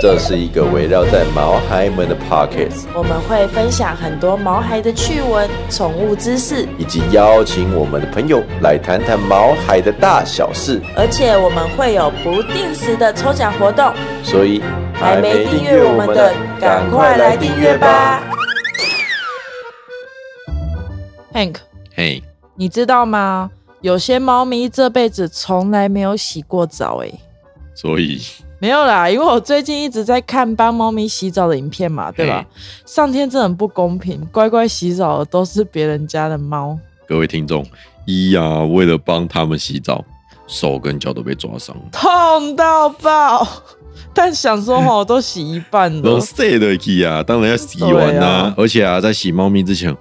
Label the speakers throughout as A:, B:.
A: 这是一个围绕在毛孩们的 Pockets，
B: 我们会分享很多毛孩的趣闻、宠物知识，
A: 以及邀请我们的朋友来谈谈毛孩的大小事。
B: 而且我们会有不定时的抽奖活动。
A: 所以
B: 还没订阅我们的，赶快来订阅吧！！Hank，
A: 嘿，
B: 你知道吗？有些猫咪这辈子从来没有洗过澡、欸诶，
A: 所以
B: 没有啦，因为我最近一直在看帮猫咪洗澡的影片嘛，对吧？上天真的很不公平，乖乖洗澡的都是别人家的猫。
C: 各位听众，一呀、为了帮他们洗澡，手跟脚都被抓伤了，
B: 痛到爆！ 但想说哈，我都洗一半 了
C: 都，塞了去啊，当然要洗完
B: 嗯对
C: 啦、
B: 啊
C: 而且啊，在洗猫咪之前，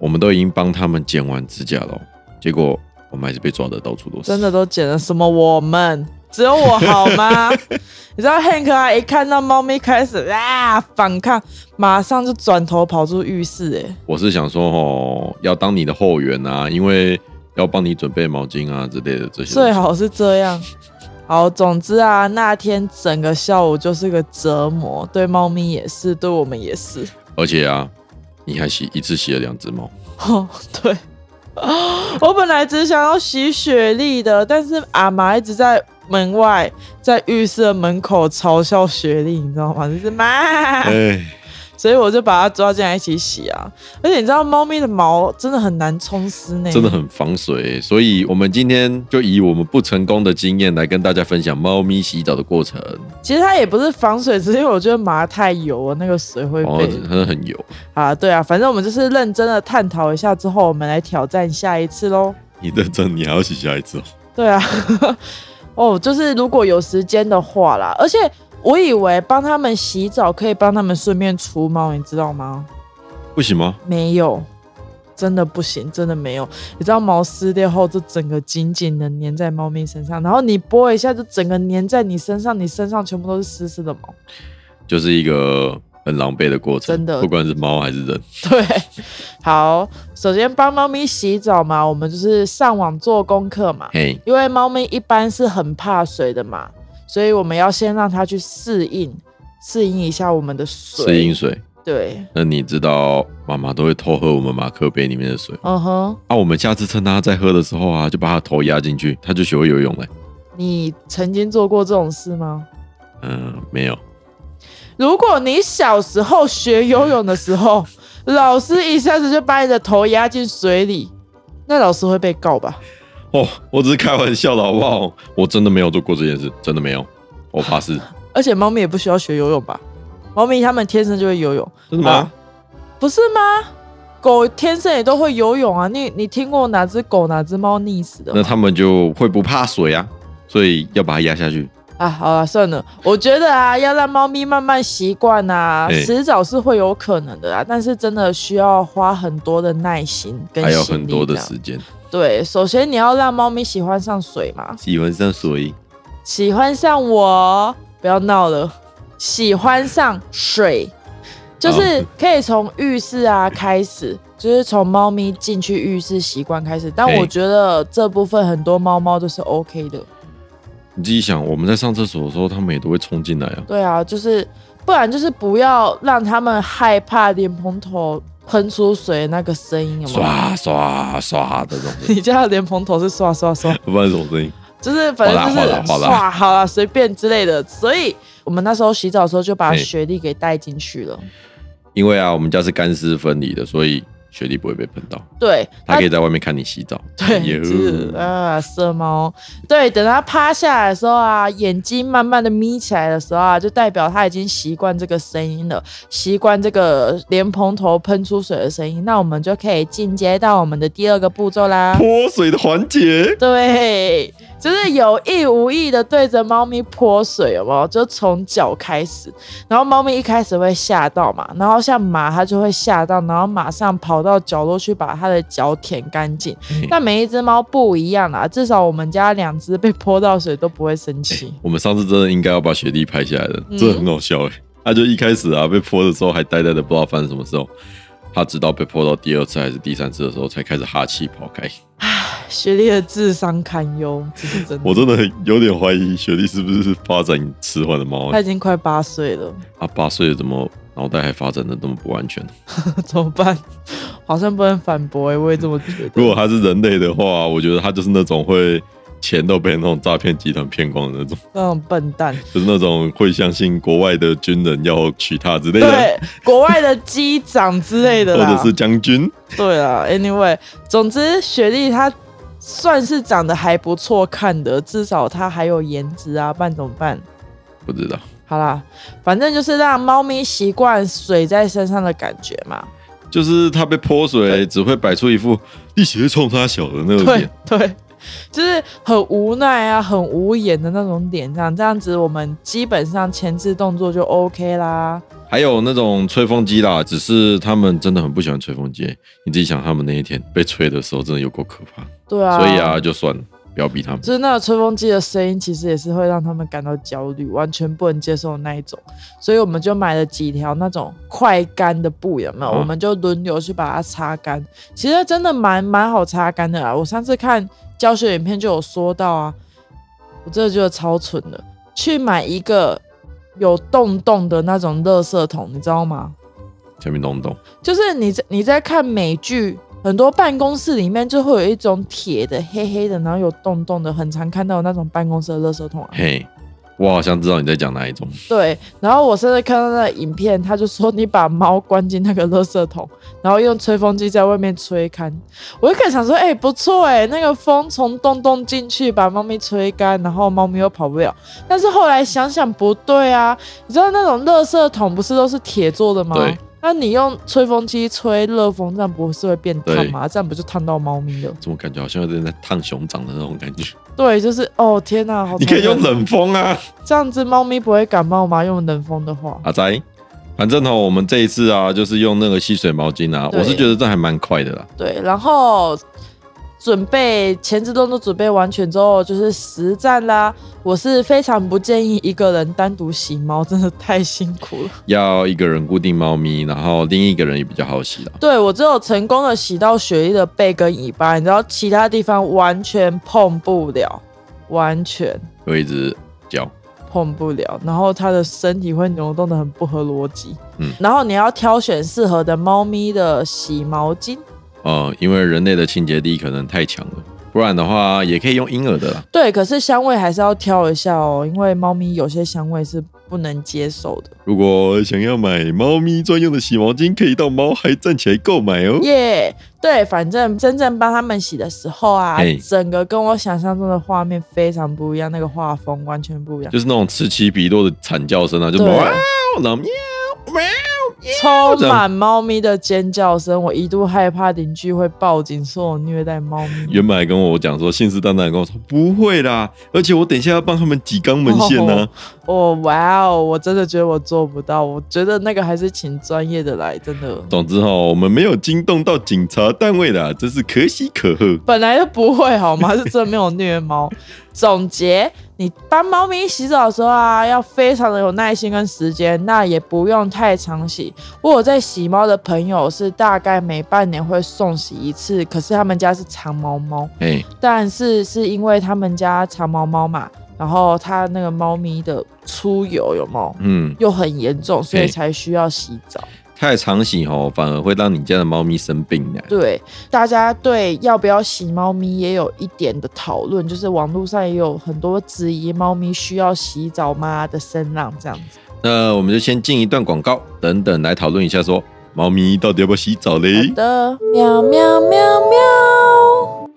C: 我们都已经帮他们剪完指甲了哦，结果我们还是被抓的到处都是。
B: 真的，都剪了什么？我们只有我好吗？你知道 Hank 啊，一看到猫咪开始啊反抗，马上就转头跑出浴室、欸，
C: 我是想说哦，要当你的后援啊，因为要帮你准备毛巾啊之类的这些。
B: 最，好是这样。好，总之啊，那天整个下午就是个折磨，对猫咪也是，对我们也是。
C: 而且啊，你还洗一次洗了两只猫，
B: 哦，对， 我本来只想要洗雪莉的，但是阿妈一直在门外，在浴室的门口嘲笑雪莉，你知道吗？就是妈，
C: 哎，
B: 所以我就把它抓进来一起洗啊。而且你知道，猫咪的毛真的很难冲湿呢，
C: 真的很防水，所以我们今天就以我们不成功的经验来跟大家分享猫咪洗澡的过程。
B: 其实它也不是防水，只是因为我觉得麻太油了，那个水会
C: 哦，
B: 被
C: 真的很油。
B: 啊，对啊，反正我们就是认真的探讨一下之后，我们来挑战下一次喽。
C: 你认真，你还要洗下一次哦。
B: 对啊， 哦，就是如果有时间的话啦，而且我以为帮他们洗澡可以帮他们顺便除毛，你知道吗？
C: 不行吗？
B: 没有，真的不行，真的没有。你知道毛撕掉后，就整个紧紧的粘在猫咪身上，然后你拨一下，就整个粘在你身上，你身上全部都是湿湿的毛。
C: 就是一个很狼狈的过程，
B: 真的
C: 不管是猫还是人，
B: 对，好，首先帮猫咪洗澡嘛，我们就是上网做功课嘛。
C: 嘿，
B: 因为猫咪一般是很怕水的嘛，所以我们要先让它去适应，适应一下我们的水。
C: 是饮水。
B: 对，
C: 那你知道妈妈都会偷喝我们马克杯里面的水
B: 嗯哼，
C: 啊？我们下次趁它在喝的时候啊，就把它头压进去，它就学会游泳了。
B: 你曾经做过这种事吗？
C: 嗯，没有，
B: 如果你小时候学游泳的时 候，老师一下子就把你的头压进水里，那老师会被告吧？
C: 哦，我只是开玩笑的好不好？我真的没有做过这件事，真的没有，我发 誓。
B: 而且猫咪也不需要学游泳吧？猫咪它们天生就会游泳，
C: 真的吗？
B: 啊不是吗？狗天生也都会游泳啊！你你听过哪只狗哪只猫溺死的吗
C: 那？他们就会不怕水啊，所以要把它压下去。
B: 啊，好了，算了，我觉得啊，要让猫咪慢慢习惯啊，
C: 哎
B: 迟早是会有可能的啊，但是真的需要花很多的耐心跟
C: 还有
B: 心力
C: 很多的
B: 这样
C: 时间，
B: 对，首先你要让猫咪喜欢上水嘛，
C: 喜欢上水，
B: 喜欢上我，不要闹了，喜欢上水，就是
C: 哦
B: 可以从浴室啊开始。就是从猫咪进去浴室习惯开始，但
C: 哎
B: 我觉得这部分很多猫猫都是 OK 的。
C: 你自己想，我们在上厕所的时候，他们也都会冲进来啊。
B: 对啊，就是不然就是不要让他们害怕莲蓬头喷出水的那个声音，有没有？
C: 刷刷刷的那 种，
B: 你家的莲蓬头是刷刷刷，
C: 不然什么声音？
B: 就是反正就
C: 哗
B: 是
C: 啦哗啦哗啦
B: 刷好了随便之类的。所以我们那时候洗澡的时候就把
C: 嘿
B: 雪莉给带进去了。
C: 因为啊，我们家是干湿分离的，所以雪莉不会被喷到，
B: 对，
C: 她
B: 那
C: 可以在外面看你洗澡。哎
B: 啊 对，
C: 呦
B: 就是啊，色猫。对，等它趴下来的时候啊，眼睛慢慢的眯起来的时候啊，就代表它已经习惯这个声音了，习惯这个莲蓬头喷出水的声音。那我们就可以进阶到我们的第二个步骤啦。
C: 泼水的环节，
B: 对，就是有意无意的对着猫咪泼水，有没有？就从脚开始，然后猫咪一开始会吓到嘛，然后像马它就会吓到，然后马上跑到角落去把它的脚舔干净。
C: 嗯
B: 但每一只猫不一样啦，至少我们家两只被泼到水都不会生 气。
C: 我们上次真的应该要把学弟拍下来的，
B: 嗯
C: 这很好笑哎、他就一开始啊被泼的时候还呆呆的，不知道发生什么事哦。他直到被泼到第二次还是第三次的时候，才开始哈气跑开。
B: 学历的智商堪忧，这是真的。
C: 我真的有点怀疑学弟是不是发展迟缓的猫、
B: 他
C: 欸。
B: 已经快八岁了，
C: 他八岁了怎么脑袋还发展的这么不完全？
B: 怎么办？好像不能反驳、欸，我也这么觉
C: 如果
B: 得。
C: 他是人类的话，我觉得他就是那种会钱都被那种诈骗集团骗光的那种，
B: 那种笨蛋，
C: 就是那种会相信国外的军人要娶她之类的，
B: 对国外的机长之类的
C: 或
B: 啦，
C: 者是将军。
B: 对啦 Anyway，总之雪莉她算是长得还不错看的，至少她还有颜值啊，不然怎么办？
C: 不知道，
B: 好啦，反正就是让猫咪习惯水在身上的感觉嘛。
C: 就是他被泼水，只会摆出一副力气会冲他小的那个
B: 对
C: 脸。
B: 对，就是很无奈啊，很无言的那种脸上，这样子我们基本上前置动作就 OK 啦。
C: 还有那种吹风机啦，只是他们真的很不喜欢吹风机。你自己想，他们那一天被吹的时候，真的有够可怕。
B: 对啊，
C: 所以啊，，就算了，不要逼他们。
B: 就是那个吹风机的声音，其实也是会让他们感到焦虑，完全不能接受的那一种。所以我们就买了几条那种快干的布，有没有？
C: 嗯
B: 我们就轮流去把它擦干。其实真的蛮蛮好擦干的啦。我上次看教学影片就有说到啊，我真的觉得超蠢的，去买一个有洞洞的那种垃圾桶，你知道吗？
C: 前面懂不懂？
B: 就是你在你在看美剧，很多办公室里面就会有一种铁的、黑黑的，然后有洞洞的，很常看到那种办公室的垃圾桶啊。
C: 嘿，我好像知道你在讲哪一种。
B: 对，然后我甚至看到那个影片，他就说你把猫关进那个垃圾桶，然后用吹风机在外面吹干。我就开始想说，哎、不错哎、那个风从洞洞进去，把猫咪吹干，然后猫咪又跑不了。但是后来想想不对啊，你知道那种垃圾桶不是都是铁做的吗
C: 对？
B: 那你用吹风机吹热风，这样不是会变烫
C: 对
B: 吗？这样不就烫到猫咪了？
C: 怎么感觉好像有点在烫熊掌的那种感觉？
B: 对，就是哦，天哪、好
C: 你可以
B: 残
C: 用
B: 忍
C: 冷风啊，
B: 这样子，猫咪不会感冒吗？用冷风的话，
C: 阿仔。反正哦，我们这一次啊，就是用那个吸水毛巾啊，
B: 对
C: 我是觉得这还蛮快的啦。
B: 对，然后准备前置动作准备完全之后，就是实战啦。我是非常不建议一个人单独洗猫，真的太辛苦了。
C: 要一个人固定猫咪，然后另一个人也比较好洗啦。
B: 对我只有成功的洗到雪莉的背跟尾巴，你知道其他地方完全碰不了，完全
C: 有一只脚，
B: 碰不了，然后它的身体会扭动的很不合逻辑。
C: 嗯
B: 然后你要挑选适合的猫咪的洗毛巾。
C: 呃，因为人类的清洁力可能太强了，不然的话也可以用婴儿的啦。
B: 对，可是香味还是要挑一下哦，因为猫咪有些香味是不能接受的。
C: 如果想要买猫咪专用的洗毛巾，可以到猫还站起来购买哦。
B: 耶、对，反正真正帮他们洗的时候啊
C: 嘿，
B: 整个跟我想象中的画面非常不一样，那个画风完全不一样，
C: 就是那种此起彼落的惨叫声啊，就
B: 对
C: 喵，然后喵喵，
B: 充满猫咪的尖叫声，我一度害怕邻居会报警说我虐待猫咪。
C: 原本还跟我讲说，信誓旦旦地跟我说不会啦，而且我等一下要帮他们挤肛门啊腺呢、
B: 哦，哇哦，我真的觉得我做不到，我觉得那个还是请专业的来，真的。
C: 总之哈、我们没有惊动到警察单位啦，真是可喜可贺。
B: 本来就不会好吗？是真没有虐猫。总结，你帮猫咪洗澡的时候啊，要非常的有耐心跟时间，那也不用太常洗。我有在洗猫的朋友是大概每半年会送洗一次，可是他们家是长毛猫，
C: 哎、
B: 但是是因为他们家长毛猫嘛，然后它那个猫咪的出油有毛
C: 嗯，
B: 又很严重，所以
C: 嘿
B: 才需要洗澡。
C: 太常洗哦，反而会让你家的猫咪生病的。
B: 对，大家对要不要洗猫咪也有一点的讨论，就是网络上也有很多质疑猫咪需要洗澡吗的声浪这样子。
C: 那我们就先进一段广告，等等来讨论一下说，猫咪到底要不要洗澡嘞
B: 好？的，喵喵喵喵，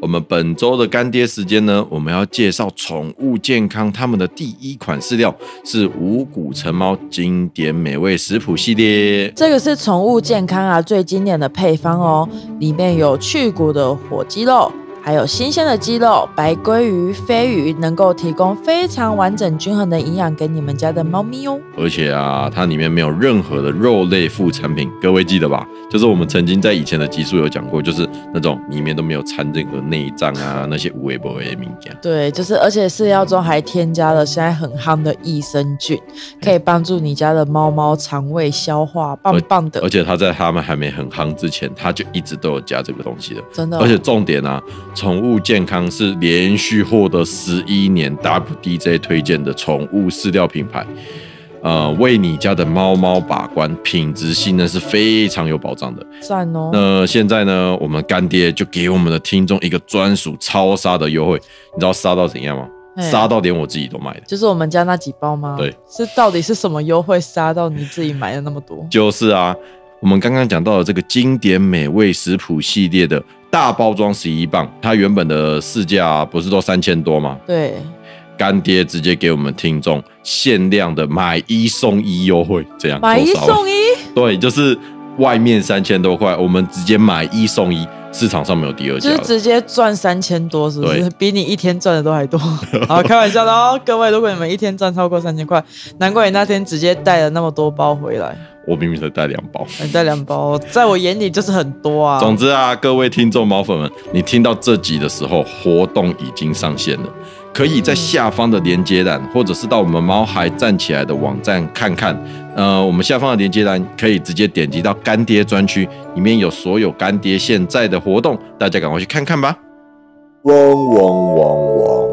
C: 我们本周的干爹时间呢，我们要介绍宠物健康他们的第一款饲料是五谷成猫经典美味食谱系列。
B: 这个是宠物健康啊最经典的配方哦，里面有去骨的火鸡肉、还有新鲜的鸡肉、白鲑鱼、飞鱼，能够提供非常完整均衡的营养给你们家的猫咪哦。
C: 而且啊，它里面没有任何的肉类副产品，各位记得吧？就是我们曾经在以前的集数有讲过，就是那种里面都没有掺任何内脏啊，那些无微不微的物件。
B: 对，就是而且饲料中还添加了现在很夯的益生菌，可以帮助你家的猫猫肠胃消化，棒棒的
C: 嗯而，且它在它们还没很夯之前，它就一直都有加这个东西的。
B: 真的。
C: 而且重点啊，宠物健康是连续获得十一年 WDJ 推荐的宠物饲料品牌，呃，为你家的猫猫把关，品质信任是非常有保障的。
B: 赞哦，
C: 那现在呢，我们干爹就给我们的听众一个专属超杀的优惠，你知道杀到怎样吗？
B: 嘿
C: 杀到连我自己都买了。
B: 就是我们家那几包吗？
C: 对，
B: 是到底是什么优惠杀到你自己买了那么多？
C: 就是啊，我们刚刚讲到的这个经典美味食谱系列的大包装十一磅，它原本的市价、不是都三千多吗？
B: 对，
C: 干爹直接给我们听众限量的买一送一优惠，这样
B: 买一
C: 多少
B: 送一，
C: 对，就是外面三千多块，我们直接买一送一，市场上没有第二家
B: 就是
C: 了。
B: 直接赚三千多，是不
C: 对
B: 是？比你一天赚的都 还多。好，开玩笑的哦，各位，如果你们一天赚超过三千块，难怪你那天直接带了那么多包回来，
C: 我明明才带两包。
B: 你带两包，在我眼里就是很多啊。
C: 总之啊，各位听众毛粉们，你听到这集的时候，活动已经上线了，可以在下方的连接栏，或者是到我们猫孩站起来的网站看看。呃，我们下方的连接栏可以直接点击到干爹专区，里面有所有干爹现在的活动，大家赶快去看看吧。
A: 嗡嗡嗡嗡。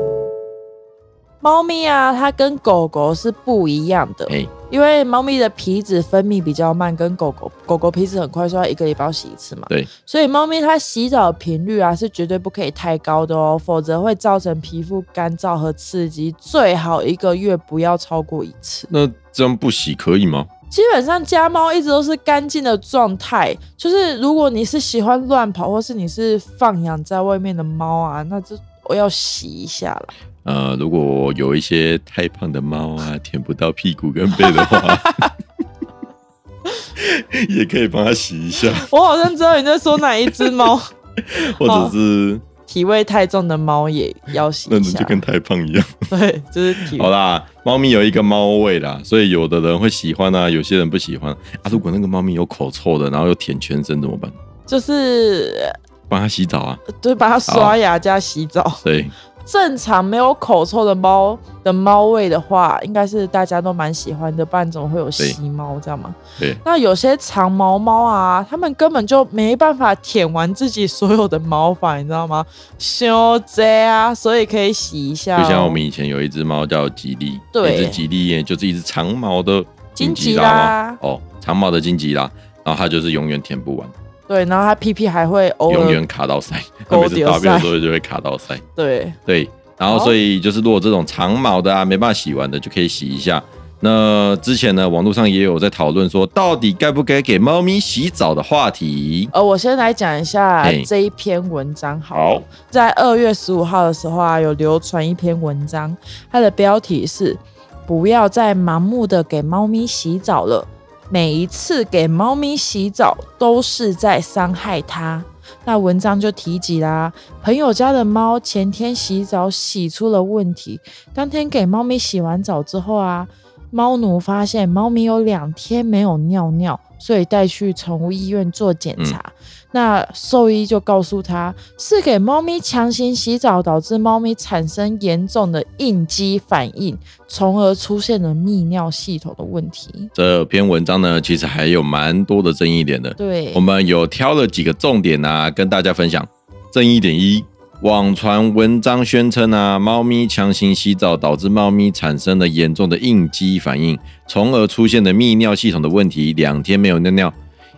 B: 猫咪啊，它跟狗狗是不一样的，
C: 哎、
B: 因为猫咪的皮脂分泌比较慢，跟狗狗狗狗皮脂很快，所以它一个礼拜要洗一次嘛。
C: 对，
B: 所以猫咪它洗澡频率啊是绝对不可以太高的哦，否则会造成皮肤干燥和刺激。最好一个月不要超过一次。
C: 那这样不洗可以吗？
B: 基本上家猫一直都是干净的状态，就是如果你是喜欢乱跑，或是你是放养在外面的猫啊，那就我要洗一下了。
C: 呃，如果有一些太胖的猫 啊，舔不到屁股跟背的话，也可以帮它洗一下，
B: 我好像知道你在说哪一只猫，
C: 或者是
B: 体味太重的猫也要洗
C: 那
B: 一
C: 种
B: 下
C: 就。跟太胖一样。
B: 对，就是体
C: 好啦，猫咪有一个猫味啦，所以有的人会喜欢啊，有些人不喜欢啊。如果那个猫咪有口臭的，然后又舔全身怎么办？
B: 就是
C: 帮它洗澡啊。
B: 就是把它刷牙加洗澡。
C: 对，
B: 正常没有口臭的猫的猫味的话，应该是大家都蛮喜欢的，不然怎么会有吸猫这样吗？
C: 对
B: 那有些长毛猫啊，它们根本就没办法舔完自己所有的毛发，你知道吗？修这啊，所以可以洗一下、
C: 就像我们以前有一只猫叫吉利，
B: 对
C: 一只吉利也就是一只长毛的
B: 金
C: 吉
B: 吉
C: 拉
B: 拉
C: 吗？哦，长毛的金吉拉，然后它就是永远舔不完，
B: 对，然后它屁屁还会偶
C: 永
B: 尔
C: 远卡到哦 塞，它
B: 勾
C: 每次
B: 丢
C: 大便的
B: 塞
C: 时候就会卡到塞。
B: 对
C: 对，然后
B: 好
C: 所以就是如果这种长毛的啊没办法洗完的，就可以洗一下。那之前呢，网络上也有在讨论说，到底该不该给猫咪洗澡的话题。
B: 呃，我先来讲一下
C: 嘿
B: 这一篇文章好了。
C: 好
B: 在二月十五号的时候啊，有流传一篇文章，它的标题是“不要再盲目的给猫咪洗澡了，每一次给猫咪洗澡都是在伤害它”。那文章就提及啦，朋友家的猫前天洗澡洗出了问题，当天给猫咪洗完澡之后啊，猫奴发现猫咪有两天没有尿尿，所以带去宠物医院做检查。那兽医就告诉他，是给猫咪强行洗澡导致猫咪产生严重的应激反应，从而出现了泌尿系统的问题。
C: 这篇文章呢，其实还有蛮多的争议点的。
B: 对
C: 我，们有挑了几个重点啊，跟大家分享。正一点一，网传文章宣称啊，猫咪强行洗澡导致猫咪产生了严重的应激反应，从而出现了泌尿系统的问题，两天没有尿尿。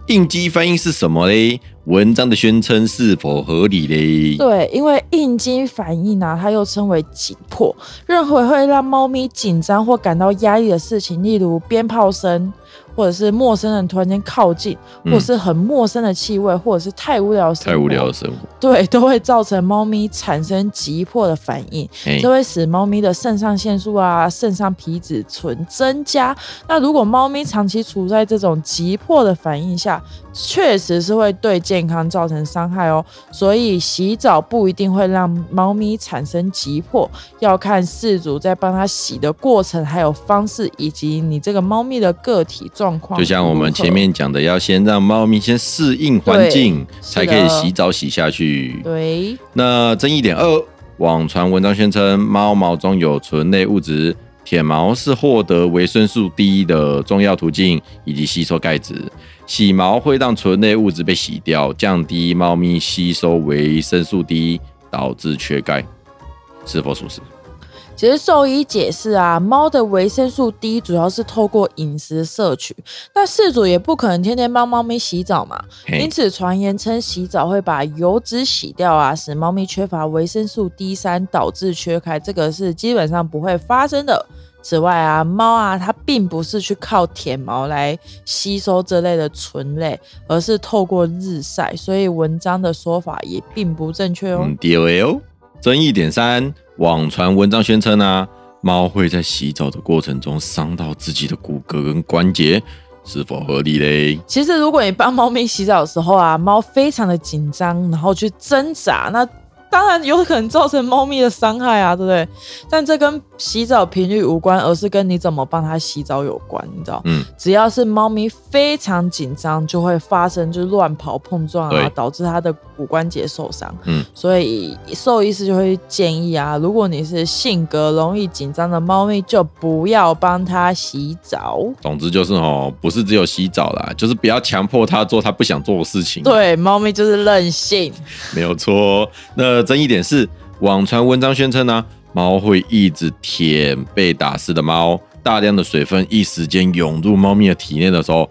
C: 应激反应是什么嘞？文章的宣称是否合理嘞？
B: 对，因为应激反应啊，它又称为紧迫，任何会让猫咪紧张或感到压力的事情，例如鞭炮声、或者是陌生人突然间靠近，或者是很陌生的气味，或者是太无聊的生活
C: 太无聊的生活，
B: 对，都会造成猫咪产生急迫的反应，
C: 哎、
B: 这会使猫咪的肾上腺素啊、肾上皮质醇增加。那如果猫咪长期处在这种急迫的反应下，确实是会对健康造成伤害哦。所以洗澡不一定会让猫咪产生急迫，要看饲主在帮它洗的过程、还有方式，以及你这个猫咪的个体状况。
C: 就像我们前。面讲的，要先让猫咪先适应环境，才可以洗澡洗下去。
B: 对，
C: 那争议点二，网传文章宣称猫毛中有醇类物质，舔毛是获得维生素 D 的重要途径，以及吸收钙质。洗毛会让醇类物质被洗掉，降低猫咪吸收维生素 D，导致缺钙，是否属实？
B: 其实兽医解释啊，猫的维生素 D 主要是透过饮食摄取，那饲主也不可能天天帮猫咪洗澡嘛，因
C: 嘿，
B: 此传言称洗澡会把油脂洗掉啊，使猫咪缺乏维生素 D 三，导致缺钙，这个是基本上不会发生的。此外啊，猫啊，它并不是去靠舔毛来吸收这类的醇类，而是透过日晒，所以文章的说法也并不正确哦。
C: 嗯，DOL。争议点三，网传文章宣称啊，猫会在洗澡的过程中伤到自己的骨骼跟关节，是否合理嘞？
B: 其实，如果你帮猫咪洗澡的时候啊，猫非常的紧张，然后去挣扎，那当然有可能造成猫咪的伤害啊，对不对？但这跟洗澡频率无关，而是跟你怎么帮它洗澡有关，你知道？
C: 嗯，
B: 只要是猫咪非常紧张，就会发生就是乱跑碰撞
C: 对
B: 啊，导致它的骨关节受伤。
C: 嗯，
B: 所以兽医师就会建议啊，如果你是性格容易紧张的猫咪，就不要帮它洗澡。
C: 总之就是哦，不是只有洗澡啦，就是不要强迫它做它不想做的事情。，
B: 对，猫咪就是任性。
C: 没有错。那争议点是，网传文章宣称呢、猫会一直舔被打湿的猫，大量的水分一时间涌入猫咪的体内的时候，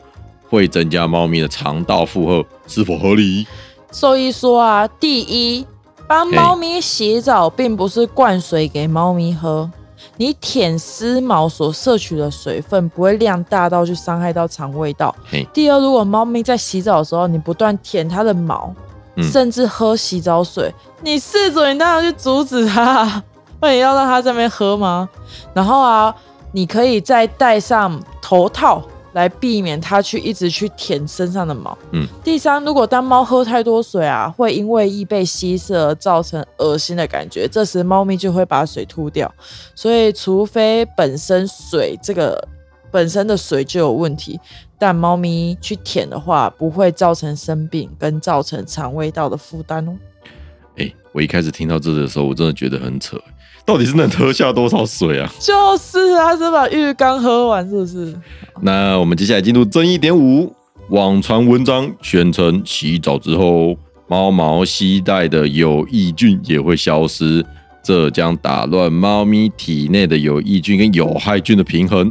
C: 会增加猫咪的肠道负荷，是否合理？
B: 兽医说啊，第一，帮
C: 嘿
B: 猫咪洗澡并不是灌水给猫咪喝，你舔丝毛所摄取的水分不会量大到去伤害到肠胃道
C: 嘿。
B: 第二，如果猫咪在洗澡的时候，你不断舔它的毛，
C: 嗯
B: 甚至喝洗澡水，你试着你当然去阻止它， 那你要让它在那边喝吗？然后啊，你可以再戴上头套来避免它去一直去舔身上的毛。
C: 嗯，
B: 第三，如果当猫喝太多水啊，会因为易被稀释而造成恶心的感觉，这时猫咪就会把水吐掉。所以，除非本身水这个本身的水就有问题，但猫咪去舔的话，不会造成生病跟造成肠胃道的负担哦。
C: 哎、我一开始听到这的时候，我真的觉得很扯，到底是能喝下多少水啊？
B: 就是啊，是把浴缸喝完，是不是？
C: 那我们接下来进入争议点五，网传文章宣称洗澡之后，猫毛吸带的有益菌也会消失，这将打乱猫咪体内的有益菌跟有害菌的平衡，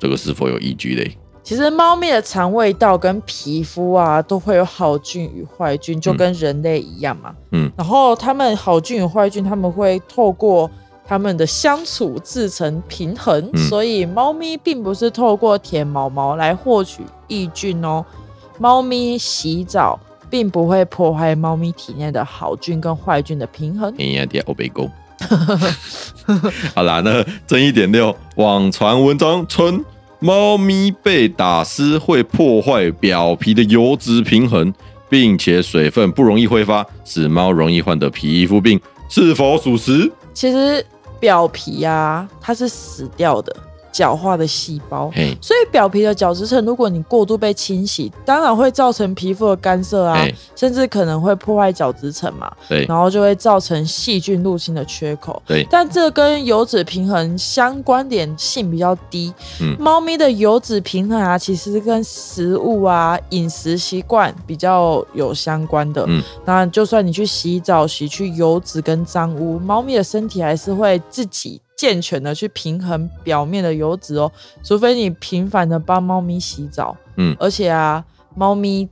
C: 这个是否有依据嘞？
B: 其实猫咪的肠胃道跟皮肤啊，都会有好菌与坏菌，就跟人类一样嘛。
C: 嗯
B: 然后它们好菌与坏菌，它们会透过它们的相处制成平衡，
C: 嗯
B: 所以猫咪并不是透过舔毛毛来获取益菌哦。猫咪洗澡并不会破坏猫咪体内的好菌跟坏菌的平衡。
C: 哎呀，点欧北沟。好啦，那争议点六，网传文章称猫咪被打湿会破坏表皮的油脂平衡，并且水分不容易挥发，使猫容易患得皮肤病，是否属实？
B: 其实表皮啊，它是死掉的角化的细胞。
C: 嘿，
B: 所以表皮的角质层，如果你过度被清洗，当然会造成皮肤的干涉啊
C: 哎，
B: 甚至可能会破坏角质层嘛，
C: 对
B: 然后就会造成细菌入侵的缺口。
C: 对
B: 但这跟油脂平衡相关联性比较低。
C: 嗯
B: 猫咪的油脂平衡啊，其实跟食物啊、饮食习惯比较有相关的。
C: 嗯
B: 那就算你去洗澡洗去油脂跟脏污，猫咪的身体还是会自己健全的去平衡表面的油脂哦，除非你频繁的帮猫咪洗澡。
C: 嗯
B: 而且啊，猫咪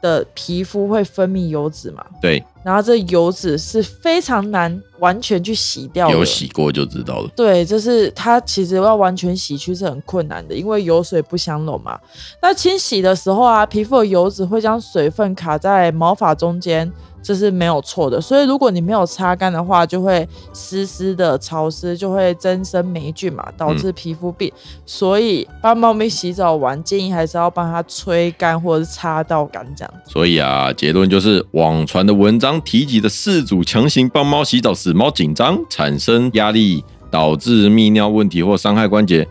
B: 的皮肤会分泌油脂嘛，
C: 对，
B: 然后这油脂是非常难完全去洗掉的。
C: 有洗过就知道了。
B: 对，就是它其实要完全洗去是很困难的，因为油水不相容嘛。那清洗的时候啊，皮肤的油脂会将水分卡在毛发中间，这是没有错的。所以如果你没有擦干的话，就会湿湿的、潮湿，就会增生霉菌嘛，导
C: 嗯
B: 致皮肤病。所以帮猫咪洗澡完，建议还是要帮它吹干或者是擦到干这样。
C: 所以啊，结论就是网传的文章提及的饲主强行帮猫洗澡，使猫紧张，产生压力，导致泌尿问题或伤害关节，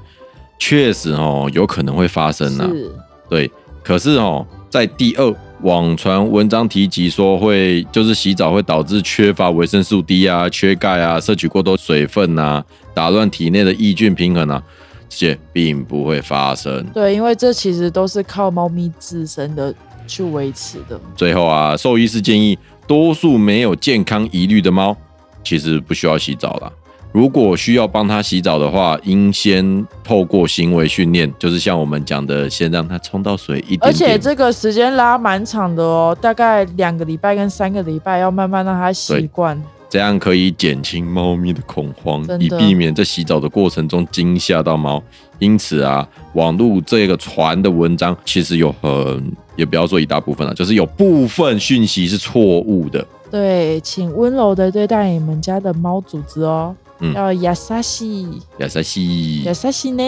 C: 确实哦有可能会发生啊。
B: 是，
C: 对，可是哦，在第二网传文章提及说会就是洗澡会导致缺乏维生素 D 啊、缺钙啊、摄取过多水分啊、打乱体内的抑菌平衡啊，这些并不会发生。
B: 对，因为这其实都是靠猫咪自身的去维持的。
C: 最后啊，兽医是建议多数没有健康疑虑的猫，其实不需要洗澡啦。如果需要帮它洗澡的话，应先透过行为训练，就是像我们讲的，先让它冲到水一点点。
B: 而且这个时间拉蛮长的哦，大概两个礼拜跟三个礼拜，要慢慢让它习惯。
C: 这样可以减轻猫咪的恐慌
B: 真，的
C: 以避免在洗澡的过程中惊吓到猫。因此啊，网络这个传的文章其实有很，也不要说一大部分了，就是有部分讯息是错误的。
B: 对，请温柔的对待你们家的猫主子哦，
C: 嗯
B: 要亚萨西，
C: 亚塞西
B: 亚，萨西呢？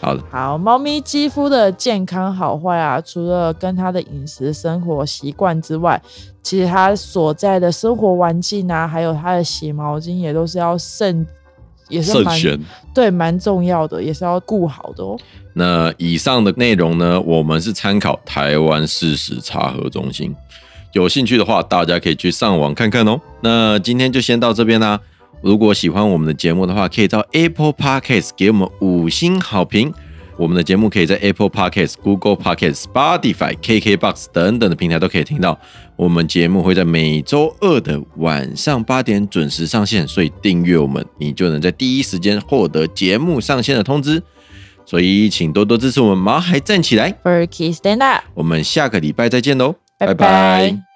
C: 好的，
B: 好，猫咪肌肤的健康好坏啊，除了跟它的饮食、生活习惯之外，其实它所在的生活环境啊，还有它的洗毛巾也都是要慎，也是
C: 慎
B: 蛮
C: 选。
B: 对蛮重要的，也是要顾好的哦。
C: 那以上的内容呢，我们是参考台湾事实查核中心，有兴趣的话，大家可以去上网看看哦。那今天就先到这边啦、如果喜欢我们的节目的话，可以到 Apple Podcast 给我们五星好评。我们的节目可以在 Apple Podcast、Google Podcast、Spotify、KKBox 等等的平台都可以听到。我们节目会在每周二的晚上八点准时上线，所以订阅我们，你就能在第一时间获得节目上线的通知。所以请多多支持我们毛孩站起来，
B: Furky stand up。
C: 我们下个礼拜再见喽，
B: 拜拜